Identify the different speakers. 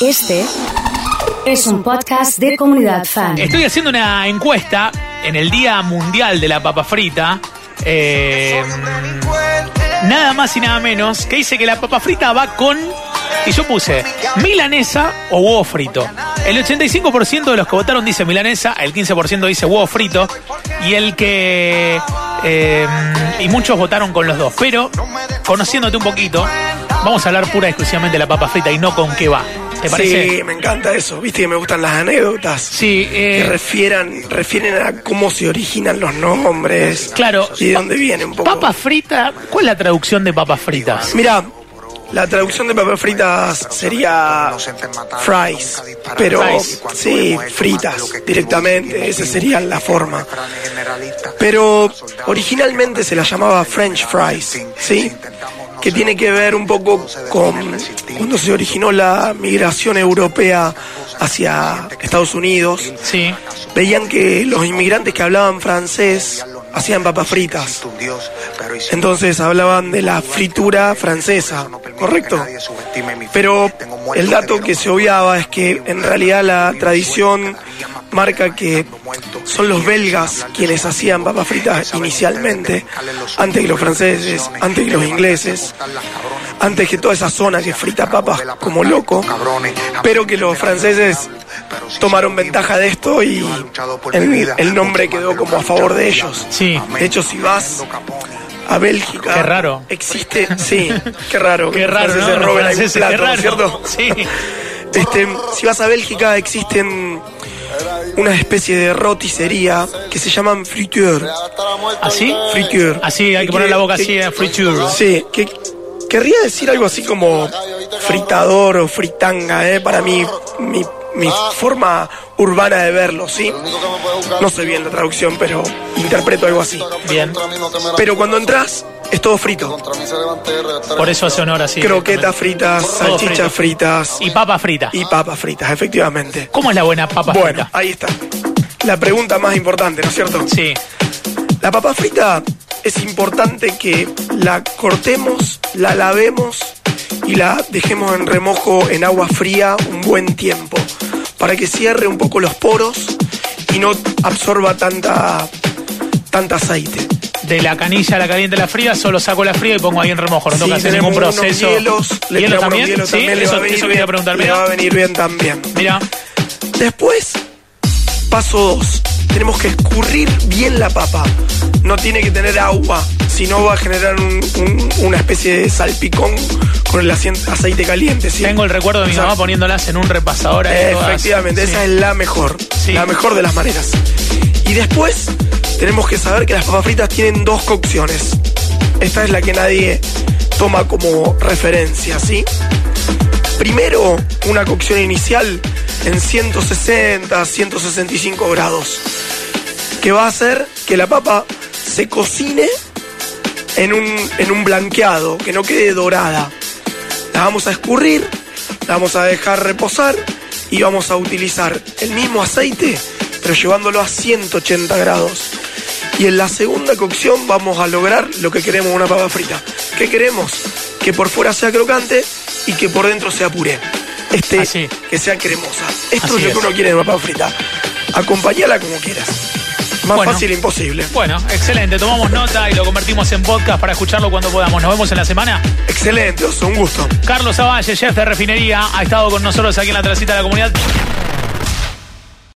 Speaker 1: Este es un podcast de comunidad fan.
Speaker 2: Estoy haciendo una encuesta en el Día Mundial de la Papa Frita. eh, nada más y nada menos que dice que la papa frita va con. Y yo puse milanesa o huevo frito. El 85% de los que votaron dice milanesa, el 15% dice huevo frito. Y el que. eh, y muchos votaron con los dos. Pero, conociéndote un poquito, vamos a hablar pura y exclusivamente de la papa frita y no con qué va. ¿Te parece?
Speaker 3: Sí, me encanta eso. Viste que me gustan las anécdotas.
Speaker 2: Sí, eh,
Speaker 3: Que refieran, refieren a cómo se originan los nombres.
Speaker 2: Claro.
Speaker 3: Y de dónde viene un poco.
Speaker 2: Papa frita, ¿cuál es la traducción de papas fritas?
Speaker 3: Mira, la traducción de papas fritas sería fries, pero
Speaker 2: Fries.
Speaker 3: sí, fritas directamente, esa sería la forma. Pero originalmente se la llamaba French fries, ¿sí? Que tiene que ver un poco con cuando se originó la migración europea hacia Estados Unidos.
Speaker 2: Sí.
Speaker 3: Veían que los inmigrantes que hablaban francés hacían papas fritas. Entonces hablaban de la fritura francesa, ¿correcto? Pero el dato que se obviaba es que en realidad la tradición marca que son los belgas quienes hacían papas fritas inicialmente, antes que los franceses, antes que los ingleses, antes que toda esa zona que frita papas como loco, pero que los franceses tomaron ventaja de esto y el, el nombre quedó como a favor de ellos.
Speaker 2: Sí.
Speaker 3: De hecho, si vas a Bélgica.
Speaker 2: Qué raro.
Speaker 3: Existe, sí, qué raro. que
Speaker 2: Qué raro,
Speaker 3: los
Speaker 2: ¿no? Los
Speaker 3: franceses roben algún
Speaker 2: franceses, qué
Speaker 3: plato, ¿no
Speaker 2: raro.
Speaker 3: es ¿cierto?
Speaker 2: Sí.
Speaker 3: Este, si vas a Bélgica existen una especie de roticería que se llaman friture.
Speaker 2: ¿Así?
Speaker 3: Friture.
Speaker 2: Así, hay que poner la boca así, eh, friture.
Speaker 3: Sí, que querría decir algo así como fritador o fritanga, eh, para mí, mi, mi forma urbana de verlo, ¿sí? No sé bien la traducción, pero interpreto algo así.
Speaker 2: Bien.
Speaker 3: Pero cuando entras, es todo frito.
Speaker 2: Por eso hace honor así.
Speaker 3: Croquetas fritas,
Speaker 2: Todo
Speaker 3: salchichas fritas
Speaker 2: Y papa frita.
Speaker 3: y papas fritas, efectivamente.
Speaker 2: ¿Cómo es la buena papa
Speaker 3: Bueno,
Speaker 2: frita?
Speaker 3: ahí está. La pregunta más importante, ¿no es cierto?
Speaker 2: Sí.
Speaker 3: La papa frita es importante que la cortemos, la lavemos y la dejemos en remojo en agua fría un buen tiempo para que cierre un poco los poros y no absorba tanta tanta aceite.
Speaker 2: De la canilla a la caliente a la fría, solo saco la fría y pongo ahí en remojo. No
Speaker 3: Sí,
Speaker 2: tengo que hacer
Speaker 3: tenemos
Speaker 2: ningún
Speaker 3: unos
Speaker 2: proceso.
Speaker 3: Hielos, le
Speaker 2: ¿Hielo
Speaker 3: tiramos unos
Speaker 2: también?
Speaker 3: hielos
Speaker 2: sí,
Speaker 3: también, le va
Speaker 2: eso,
Speaker 3: a venir
Speaker 2: eso
Speaker 3: bien,
Speaker 2: quería preguntarme.
Speaker 3: le va a venir bien también.
Speaker 2: Mira,
Speaker 3: Después, paso 2. Tenemos que escurrir bien la papa. No tiene que tener agua, si no va a generar un- un- una especie de salpicón con el acien- aceite caliente. ¿sí?
Speaker 2: tengo el recuerdo de mi
Speaker 3: Exacto.
Speaker 2: mamá poniéndolas en un repasador. ahí
Speaker 3: Eh,
Speaker 2: todas.
Speaker 3: Efectivamente,
Speaker 2: Sí.
Speaker 3: esa es la mejor.
Speaker 2: Sí.
Speaker 3: La mejor de las maneras. Y después tenemos que saber que las papas fritas tienen dos cocciones. Esta es la que nadie toma como referencia, ¿sí? Primero, una cocción inicial en 160, 165 grados, que va a hacer que la papa se cocine en un, en un blanqueado, que no quede dorada. La vamos a escurrir, la vamos a dejar reposar y vamos a utilizar el mismo aceite, pero llevándolo a 180 grados. Y en la segunda cocción vamos a lograr lo que queremos de una papa frita. ¿Qué queremos? Que por fuera sea crocante y que por dentro sea puré. Este,
Speaker 2: Así.
Speaker 3: que sea cremosa. Esto
Speaker 2: Así
Speaker 3: es lo
Speaker 2: es.
Speaker 3: que uno quiere de una papa frita. Acompañala como quieras. Más
Speaker 2: Bueno.
Speaker 3: fácil imposible.
Speaker 2: Bueno, excelente. Tomamos nota y lo convertimos en podcast para escucharlo cuando podamos. Nos vemos en la semana.
Speaker 3: Excelente, Oso, un gusto.
Speaker 2: Carlos Avalle, chef de refinería, ha estado con nosotros aquí en la trasita de la comunidad.